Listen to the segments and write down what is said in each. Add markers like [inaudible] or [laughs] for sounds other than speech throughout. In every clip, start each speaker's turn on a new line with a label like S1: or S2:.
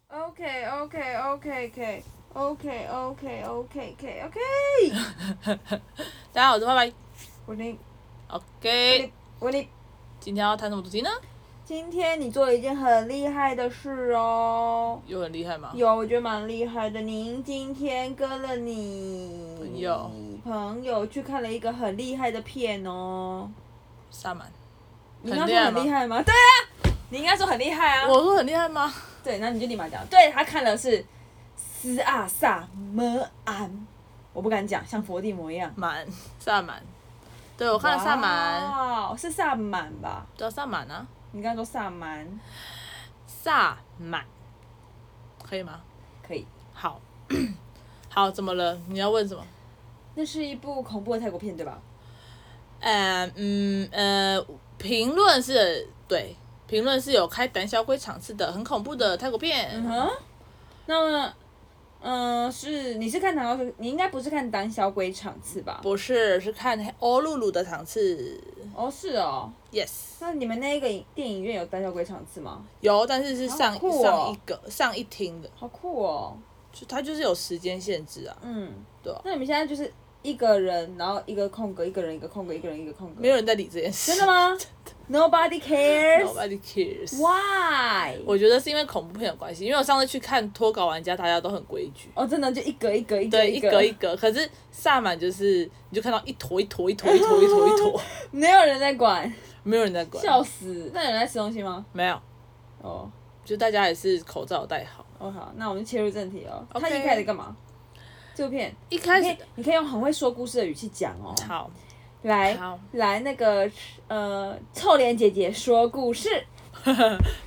S1: OK OK OK OK OK OK OK OK OK，
S2: [laughs] 大家好，我是拜拜。
S1: 我你
S2: OK，
S1: 我你，
S2: 今天要谈什么主题呢？
S1: 今天你做了一件很厉害的事哦。
S2: 有很厉害吗？
S1: 有，我觉得蛮厉害的。您今天跟了你
S2: 朋友
S1: 朋友去看了一个很厉害的片哦。
S2: 萨满。
S1: 你刚
S2: 很厉
S1: 说
S2: 害
S1: 很
S2: 吗
S1: 厉害吗？对啊，你应该说很厉害啊。
S2: 我说很厉害吗？
S1: 对，那你就立马讲。对他看的是斯阿萨摩安，我不敢讲，像佛地魔一样。
S2: 满萨满。对，我看了萨满，
S1: 哦，是萨满吧？
S2: 对啊，萨满啊，
S1: 你刚刚说萨满，
S2: 萨满，可以吗？
S1: 可以。
S2: 好， [clears throat] 好，怎么了？你要问什么？
S1: 那是一部恐怖的泰国片，对吧？
S2: 呃嗯呃，评论是对，评论是有开胆小鬼场次的，很恐怖的泰国片。
S1: 嗯哼。那么，嗯、是你是看胆小鬼，你应该不是看胆小鬼场次吧？
S2: 不是，是看欧露露的场次。
S1: 哦，是哦。
S2: Yes，
S1: 那你们那个影电影院有胆小鬼场次吗？
S2: 有，但是是上、
S1: 好酷哦
S2: 上一个上一厅的，
S1: 好酷哦。
S2: 就它就是有时间限制啊，
S1: 嗯，
S2: 对啊
S1: 那你们现在就是一个人，然后一个空格，一个人一个空格，一个人一个空格。
S2: 没有人在理这件事。
S1: 真的吗？Nobody cares.
S2: [laughs] Nobody cares。
S1: Why？
S2: 我觉得是因为恐怖片有关系，因为我上次去看《脱稿玩家》，大家都很规矩，
S1: 哦，真的就一格一格一格
S2: 对，一格一格。可是萨满就是，你就看到一坨一坨一坨一坨一坨一坨，
S1: 没有人在管，
S2: 没有人在管，
S1: 笑死。那有人在吃东西吗？
S2: 没有，
S1: 哦
S2: 就大家也是口罩戴好。
S1: 哦好，那我们就切入正题哦。
S2: OK
S1: 他一开始干嘛？这部片，
S2: 一
S1: 你
S2: 开
S1: 可以
S2: 始
S1: 你可以用很会说故事的语气讲哦。
S2: 好，
S1: 来
S2: 好
S1: 来，那个呃，臭脸姐姐说故事。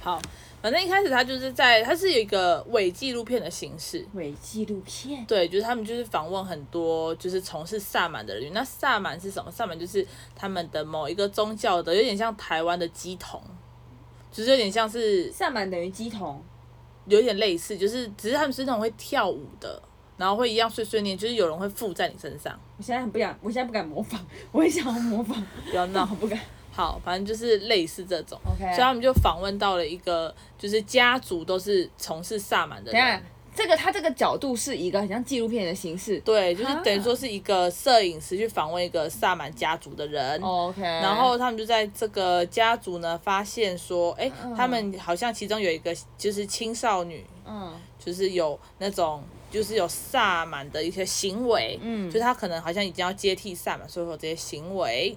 S2: 好，反正一开始他就是在，他是有一个伪纪录片的形式，
S1: 伪纪录片，
S2: 对，就是他们就是访问很多就是从事萨满的人。那萨满是什么？萨满就是他们的某一个宗教的，有点像台湾的鸡童，就是有点像是
S1: 萨满等于鸡童。
S2: 有点类似，就是只是他们是那种会跳舞的，然后会一样碎碎念，就是有人会附在你身上，
S1: 我现在很不想，我现在不敢模仿， [laughs] 我也想要模 [laughs] 仿，
S2: 不要
S1: 那
S2: 闹
S1: 我。不敢。
S2: 好，反正就是类似这种。
S1: OK
S2: 所以他们就访问到了一个，就是家族都是从事萨满的
S1: 等一下
S2: 人。，
S1: 这个它这个角度是一个很像纪录片的形式。
S2: 对，就是
S1: 啊
S2: 等于说是一个摄影师去访问一个萨满家族的人。
S1: OK。
S2: 然
S1: 然
S2: 后他们就在这个家族呢，发现说，哎，他们好像其中有一个就是青少女，
S1: 嗯
S2: 就是有那种就是有萨满的一些行为，
S1: 嗯
S2: 就是他可能好像已经要接替萨满，所以说这些行为，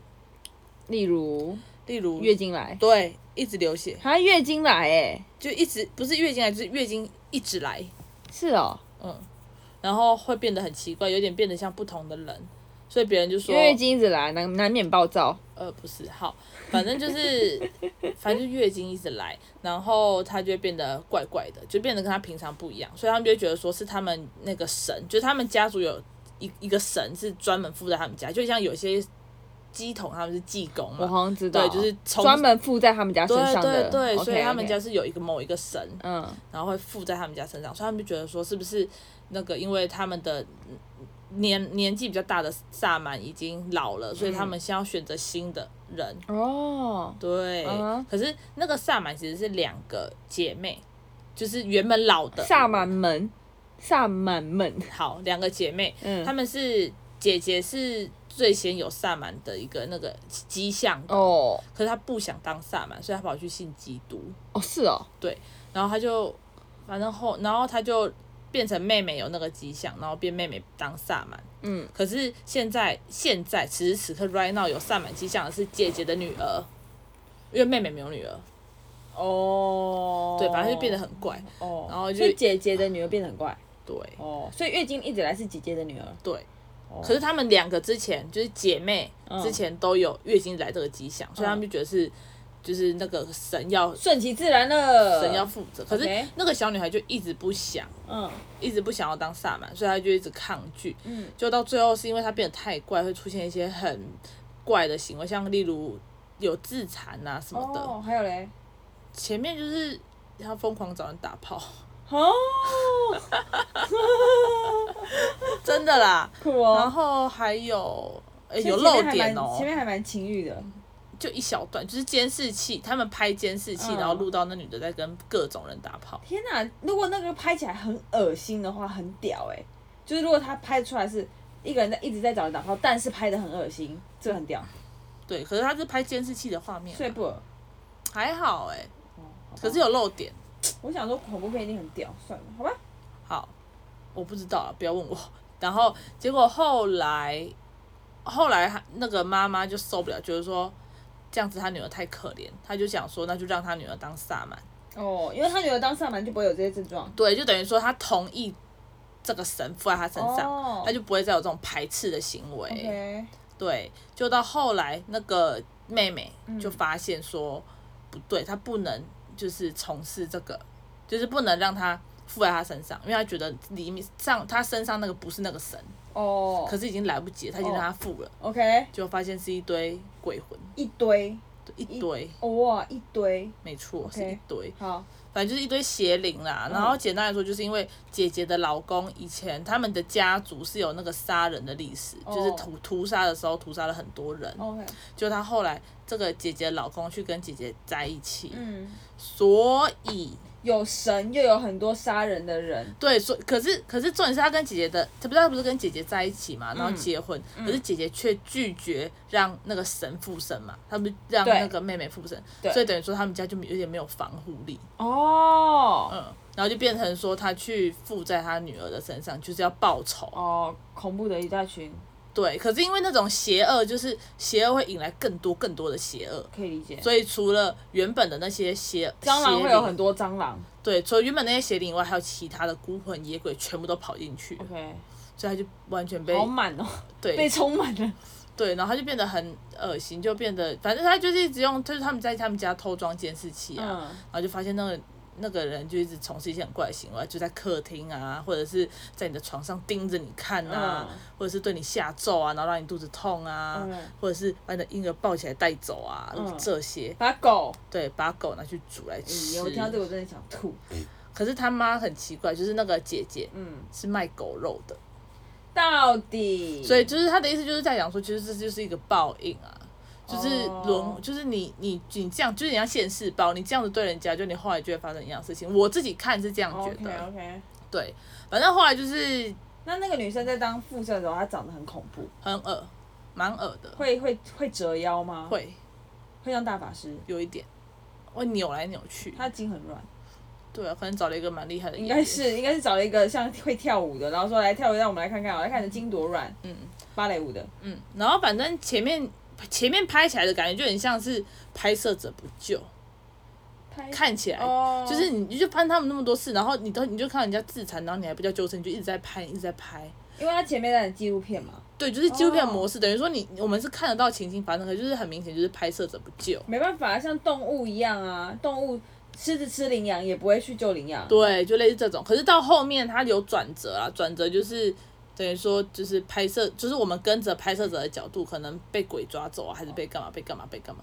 S1: 例如
S2: 例如
S1: 月经来，
S2: 对一直流血，
S1: 好像月经来哎、
S2: 就一直不是月经来，就是月经一直来，
S1: 是哦，
S2: 嗯，然后会变得很奇怪，有点变得像不同的人，所以别人就说
S1: 因为月经一直来，难难免暴躁。
S2: 呃，不是，好，反正就是，反正就月经一直来，然后他就会变得怪怪的，就变得跟他平常不一样，所以他们就会觉得说是他们那个神，就是他们家族有一一个神是专门附在他们家，就像有些鸡桶他们是济公
S1: 我
S2: 嘛，
S1: 哦好像知道，
S2: 对，就是从
S1: 专门附在他们家身
S2: 对
S1: 上的。
S2: 对对
S1: OK，
S2: 所以他们
S1: OK
S2: 家是有一个某一个神，
S1: 嗯
S2: 然后会附在他们家身上，所以他们就觉得说是不是那个因为他们的嗯年年纪比较大的萨满已经老了，所以他
S1: 嗯
S2: 们先要选择新的人。
S1: 哦，
S2: 对
S1: 嗯哼
S2: 可是那个萨满其实是两个姐妹，就是原本老的嗯
S1: 萨满门，萨满门，
S2: 好两个姐妹，
S1: 嗯
S2: 她们是姐姐是最先有萨满的一个那个迹象的，
S1: 哦
S2: 可是她不想当萨满，所以她跑去信基督，
S1: 哦是哦，
S2: 然后她就反正后然后她就变成妹妹有那个迹象，然后变妹妹当萨满。
S1: 嗯，
S2: 可是现在现在此时此刻 right now 有萨满迹象的是姐姐的女儿，因为妹妹没有女儿，
S1: 哦
S2: 对，反正就变得很怪。
S1: 哦，
S2: 然后就
S1: 所以姐姐的女儿变得很怪
S2: 对，
S1: 哦，所以月经一直来是姐姐的女儿，
S2: 对
S1: 哦，
S2: 可是她们两个之前就是姐妹
S1: 嗯
S2: 之前都有月经来这个迹象，所以她们就觉得是就是那个神要
S1: 顺其自然了。
S2: 神要负责。可是
S1: 呃 OK
S2: 那个小女孩就一直不想，
S1: 嗯
S2: 一直不想要当萨满，所以她就一直抗拒。
S1: 嗯
S2: 就到最后是因为她变得太怪，会出现一些很怪的行为，像例如有自残啊什么的。
S1: 哦，还有嘞，
S2: 前面就是她疯狂找人打炮， [laughs]
S1: [laughs] 哦，
S2: 真的啦。
S1: 酷
S2: 然
S1: 哦。
S2: 后还有。诶
S1: 所以
S2: 有
S1: 前面
S2: 漏
S1: 还
S2: 点
S1: 蛮
S2: 哦
S1: 前，面还蛮情欲的，
S2: 就一小段，就是监视器，他们拍监视器，
S1: 嗯
S2: 然后录到那女的在跟各种人打炮。
S1: 天哪、如果那个拍起来很恶心的话，很屌哎、就是如果他拍出来是一个人在一直在找人打炮，但是拍的很恶心，这个很屌，
S2: 对，可是他是拍监视器的画面，
S1: 所以不恶。
S2: 还好哎、
S1: 哦好吧
S2: 可是有漏点。
S1: 我想说恐怖片一定很屌，算了，好吧。
S2: 好，我不知道啊，不要问我。 [laughs] 然后结果后来，后来他那个妈妈就受不了，就是说这样子他女儿太可怜，他就想说那就让他女儿当萨满。
S1: 哦，因为他女儿当萨满就不会有这些症状。
S2: 对，就等于说他同意这个神附在他身上，
S1: 哦
S2: 他就不会再有这种排斥的行为。
S1: OK，
S2: 对，就到后来那个妹妹
S1: 嗯
S2: 就发现说、不对，她不能就是从事这个，就是不能让她附在她身上，因为她觉得里面上她身上那个不是那个神，
S1: 哦
S2: 可是已经来不及了，她已经让她附了，
S1: ，OK，
S2: 就发现是一堆鬼魂，
S1: 一堆，
S2: 对一堆。
S1: 哦哇，一堆，
S2: 没错，是
S1: OK 嗯
S2: 一堆，
S1: 好，
S2: 反正就是一堆邪灵啦。然后简单来说，就是因为姐姐的老公以前他们的家族是有那个杀人的历史，就是
S1: 哦
S2: 屠屠杀的时候屠杀了很多人，
S1: OK，
S2: 就她后来这个姐姐老公去跟姐姐在一起，
S1: 嗯，
S2: 所以
S1: 有神又有很多杀人的人，
S2: 对，所可是可是重点是她跟姐姐的，她不是她不是跟姐姐在一起
S1: 嗯
S2: 嘛，然后结婚，可是姐姐却拒绝让那个神附身嘛，她不是让
S1: 对
S2: 那个妹妹附身，
S1: 对
S2: 所以等于说他们家就有点没有防护力，
S1: 哦，
S2: 嗯，然后就变成说她去附在她女儿的身上，就是要报仇，
S1: 哦，恐怖的一大群，
S2: 对，可是因为那种邪恶就是邪恶会引来更多更多的邪恶。
S1: 可以理解。
S2: 所以除了原本的那些邪
S1: 蟑螂会
S2: 邪
S1: 有
S2: 灵
S1: 很多蟑螂
S2: 对，除了原本那些邪灵以外，还有其他的孤魂野鬼全部都跑进去，
S1: ，OK，
S2: 所以他就完全被
S1: 哦好满哦，被
S2: 对
S1: 充满了。
S2: 对，然后他就变得很恶心，就变得反正他就是一直用，就是他们在他们家偷装监视器啊，
S1: 嗯，
S2: 然后就发现那个那个人就一直从事一些很怪的行为，就在客厅啊，或者是在你的床上盯着你看啊，
S1: 嗯
S2: 或者是对你下咒啊，然后让你肚子痛啊，
S1: 嗯
S2: 或者是把你的婴儿抱起来带走啊，
S1: 嗯
S2: 这些
S1: 把狗，
S2: 对，把狗拿去煮来吃
S1: 哎。我听到这个我真的想吐。
S2: 可是他妈很奇怪，就是那个姐姐
S1: 嗯，
S2: 是卖狗肉的。
S1: 到底，
S2: 所以就是他的意思就是在讲说，其实这就是一个报应啊，就是轮，
S1: 哦
S2: 就是你你你这样，就是你要现世报，你这样子对人家，就你后来就会发生一样的事情。我自己看是这样觉
S1: OK
S2: 得
S1: OK。
S2: 对，反正后来就是
S1: 那那个女生在当副社的时候，她长得很恐怖，
S2: 很恶，蛮恶的，
S1: 会会会折腰吗？，
S2: 会
S1: 会像大法师，
S2: 有一点会扭来扭去。
S1: 她的筋很软，
S2: 对啊，可能找了一个蛮厉害的，
S1: 应该，是应该是找了一个像会跳舞的，然后说来跳舞，让我们来看看，来看你的筋多软，
S2: 嗯
S1: 芭蕾舞的，
S2: 嗯。然后反正前面前面拍起来的感觉就很像是拍摄者不救，
S1: 拍
S2: 看起来
S1: 哦，
S2: 就是你就拍他们那么多次，然后你都你就看人家自残，然后你还不叫纠正，你就一直在拍，一直在拍。
S1: 因为她前面在演纪录片嘛，
S2: 对，就是纪录
S1: 哦
S2: 片模式，等于说你我们是看得到情形发生，可是就是很明显就是拍摄者不救。
S1: 没办法，像动物一样啊，动物狮子吃羚羊也不会去救羚羊，
S2: 对，就类似这种。可是到后面它有转折啊，转折就是等于说就是拍摄，就是我们跟着拍摄者的角度，可能被鬼抓走啊，还是被干嘛被干嘛被干嘛。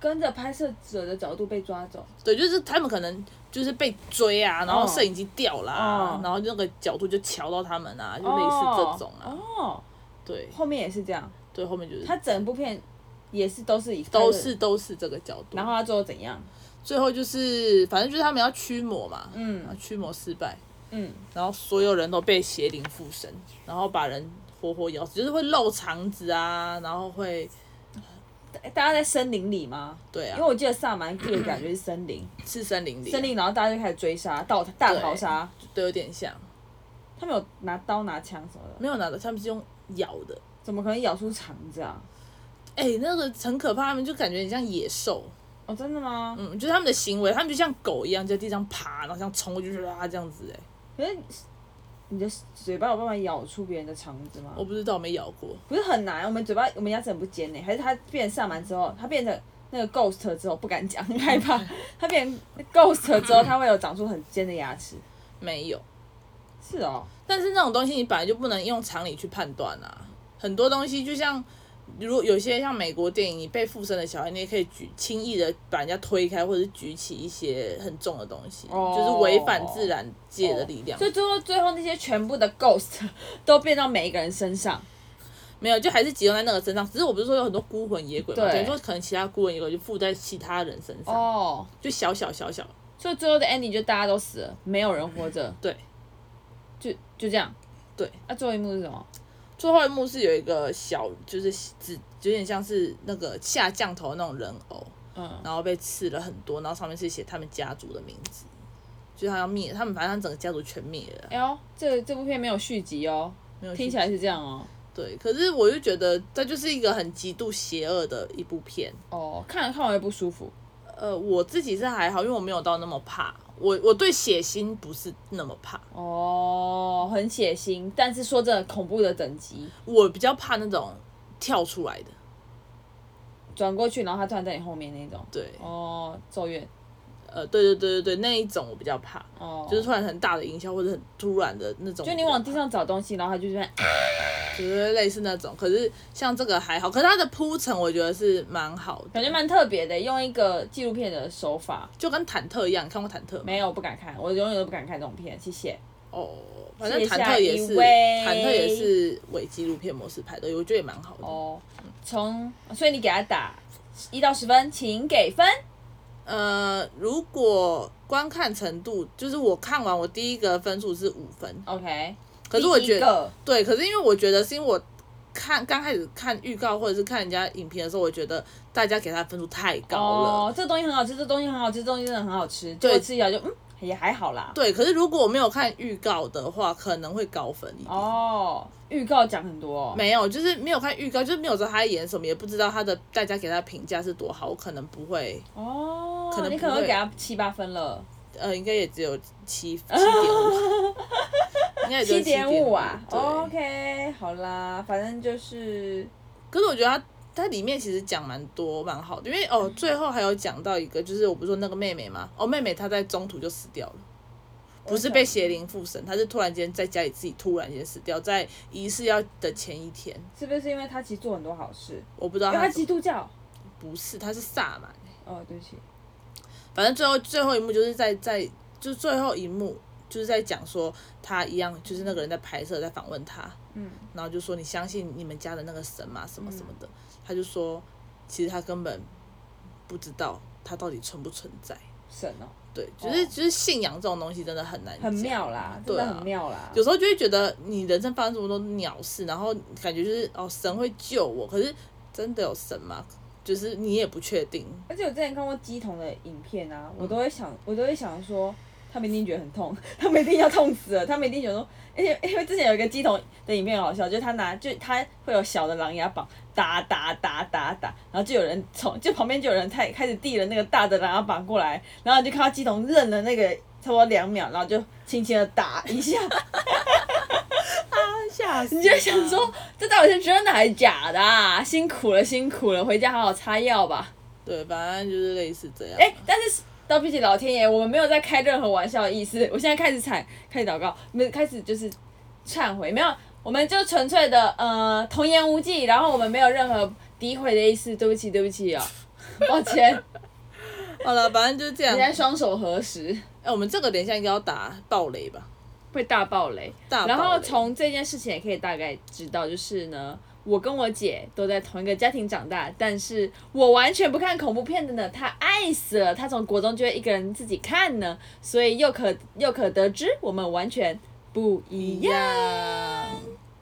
S1: 跟着拍摄者的角度被抓走，
S2: 对，就是他们可能就是被追啊，然后摄影机掉啦、
S1: 哦
S2: 然后那个角度就瞧到他们啊，就类似这种啊。
S1: 哦，
S2: 对
S1: 后面也是这样，
S2: 对，后面就是
S1: 她整部片也是嗯都是以
S2: 都是，都是这个角度。
S1: 然后她最后怎样？
S2: 最后就是反正就是他们要驱魔嘛，啊
S1: 嗯
S2: 驱魔失败，
S1: 嗯，
S2: 然后所有人都被邪灵附身，然后把人活活咬死，就是会露肠子啊，然后会
S1: 大大家在森林里吗？
S2: 对
S1: 因
S2: 啊
S1: 为，我记得萨满给的感觉是森林，
S2: 是森林里，啊
S1: 森林，然后大家就开始追杀，大大逃杀。
S2: 都有点像，
S1: 他们有拿刀拿枪什么的，
S2: 没有拿的，他们是用咬的，
S1: 怎么可能咬出肠子啊？
S2: 哎、那个很可怕，他们就感觉很像野兽，
S1: 哦，真的吗？
S2: 嗯，就是他们的行为，他们就像狗一样就在地上爬，然后像冲过去啦这样子、哎，
S1: 可是你的嘴巴有办法咬出别人的肠子吗
S2: 我？不知道，没咬过，
S1: 不是很难，我们嘴巴我们牙齿很不尖呢、还是他变萨满之后，他变成那个 ghost 之后不敢讲，很害 [laughs]
S2: 嗯
S1: 怕。他变成 ghost 之后，他会有长出很尖的牙齿。
S2: 没有。
S1: 是哦，
S2: 但是那种东西你本来就不能用常理去判断啊，很多东西就像。如果有些像美国电影，你被附身的小孩，你也可以举轻易的把人家推开，或者是举起一些很重的东西
S1: 哦
S2: 就是违反自然界的力量。
S1: 所以最后最后那些全部的 ghost 都变到每一个人身上。
S2: 没有，就还是集中在那个身上。只是我不是说有很多孤魂野鬼嘛，
S1: 对
S2: 等于说可能其他孤魂野鬼就附在其他人身上，
S1: 哦，
S2: 就小小小小，
S1: 所以最后的 ending 就大家都死了，没有人活着，
S2: 对，
S1: 就就这样。
S2: 对，
S1: 那、最后一幕是什么？
S2: 最后一幕是有一个小，就是只有点像是那个下降头的那种人偶，
S1: 嗯，
S2: 然后被刺了很多，然后上面是写他们家族的名字，就是他要灭，他们反正他整个家族全灭了，
S1: 哎呦，这这部片没有续集哦，
S2: 没有
S1: 听起
S2: 来
S1: 来是这样哦。
S2: 对。可是我就觉得这就是一个很极度邪恶的一部片。
S1: 哦，看看完也不舒服。
S2: 呃，我自己是还好，因为我没有到那么怕，我我对血腥不是那么怕，
S1: 哦，很血腥，但是说真的，恐怖的等级
S2: 我比较怕那种跳出来的，
S1: 转过去，然后他突然在你后面那种。
S2: 对，
S1: 哦，咒怨。
S2: 呃，对对对对对，那一种我比较怕。
S1: 哦，
S2: 就是突然很大的音效，或者很突然的那种，
S1: 就你往地上找东西，然后他就这样。
S2: 就是类似那种。可是像这个还好，可是它的铺陈我觉得是蛮好的，
S1: 感觉蛮特别的，用一个纪录片的手法。
S2: 就跟忐忑一样。你看过忐忑吗？
S1: 没有，不敢看，我永远都不敢看这种片。谢谢。
S2: 哦，反正
S1: 谢谢
S2: 忐忑也是，
S1: 一位
S2: 忐忑也是伪纪录片模式拍的，我觉得也蛮好的。
S1: 哦，从所以你给他打一到十分，请给分。
S2: 呃，如果观看程度，就是我看完我第一个分数是五分，
S1: OK。
S2: 可是我觉得
S1: 得，
S2: 对，可是因为我觉得是因为我。看刚开始看预告或者是看人家影片的时候，我觉得大家给他分数太高了，
S1: 哦，这东西很好吃，这东西很好吃，这东西真的很好吃。
S2: 对
S1: 就吃起来就嗯也还好啦。
S2: 对，可是如果我没有看预告的话，可能会高分一点。
S1: 哦，预告讲很多、哦。
S2: 没有，就是没有看预告，就是没有知道他在演什么，也不知道他的大家给他的评价是多好，我可能不会，
S1: 哦，
S2: 可能
S1: 你
S2: 不
S1: 可能
S2: 会
S1: 会给他七八分了，
S2: 呃，应该也只有七七点五，应该也只有
S1: 七点五啊。
S2: 对
S1: OK，好啦，反正就是
S2: 可是我觉得他他里面其实讲蛮多蛮好的，因为哦，最后还有讲到一个，就是我不是说那个妹妹嘛，哦，妹妹她在中途就死掉了。不是被邪灵附身，她是突然间在家里自己突然间死掉，在仪式要的前一天，
S1: 是不是因为他其实做很多好事？
S2: 我不知道
S1: 因为
S2: 她
S1: 他
S2: 怎
S1: 基
S2: 么
S1: 督教。
S2: 不是，他是萨满。欸
S1: 哦，对不起。
S2: 反正最后最后一幕就是在在就是最后一幕就是在讲说他一样就是那个人在拍摄在访问他，
S1: 嗯，
S2: 然后就说你相信你们家的那个神吗？什么什么的，
S1: 嗯
S2: 他就说其实他根本不知道他到底存不存在。
S1: 神哦，
S2: 对，就是、
S1: 哦
S2: 就是信仰这种东西真的很难
S1: 很
S2: 讲
S1: 妙啦，真
S2: 对
S1: 的
S2: 啊
S1: 很妙啦。
S2: 有时候就会觉得你人生发生这么多鸟事，然后感觉就是哦神会救我，可是真的有神吗？就是你也不确定。
S1: 而且我之前看过鸡童的影片啊，我都会想，我都会想说，他们一定觉得很痛，他们一定要痛死了，他们一定觉得说，而且因为之前有一个鸡童的影片很好笑，就是他拿就他会有小的狼牙棒打打打打打，然后就有人从就旁边就有人开开始递了那个大的狼牙棒过来，然后你就看到鸡童愣了那个差不多两秒，然后就轻轻的打一下， [laughs]
S2: 吓死！
S1: 你就想说，这到底是真的还是假的啊？辛苦了辛苦了，回家好好擦药吧。
S2: 对，反正就是类似这样。
S1: 哎、但是对不起老天爷，我们没有在开任何玩笑的意思。 [laughs] 我现在开始惨，开始祷告，没有开始就是忏悔，没有，我们就纯粹的呃童言无忌，然后我们没有任何诋毁的意思。对不起，对不起哦，抱歉， [laughs]
S2: 好了，反正就是这样。
S1: 人家
S2: 哎、
S1: 双手合十
S2: 我们这个等一下应该要打暴雷吧？
S1: 会大爆雷。
S2: 大暴雷
S1: 然后从这件事情也可以大概知道，就是呢，我跟我姐都在同一个家庭长大，但是我完全不看恐怖片的呢，她爱死了，她从国中就会一个人自己看呢，所以又可又可得知我们完全不一样，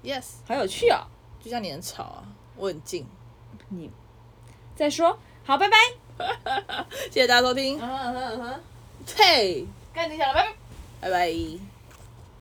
S2: 样。Yes，
S1: 好有趣哦。
S2: 就像你很吵啊，我很静。
S1: 你再说，好，拜拜。
S2: 谢谢大家收听，
S1: 嗯哼嗯哼嗯哼，
S2: 嘿，
S1: 跟你讲了，拜拜。
S2: 拜拜。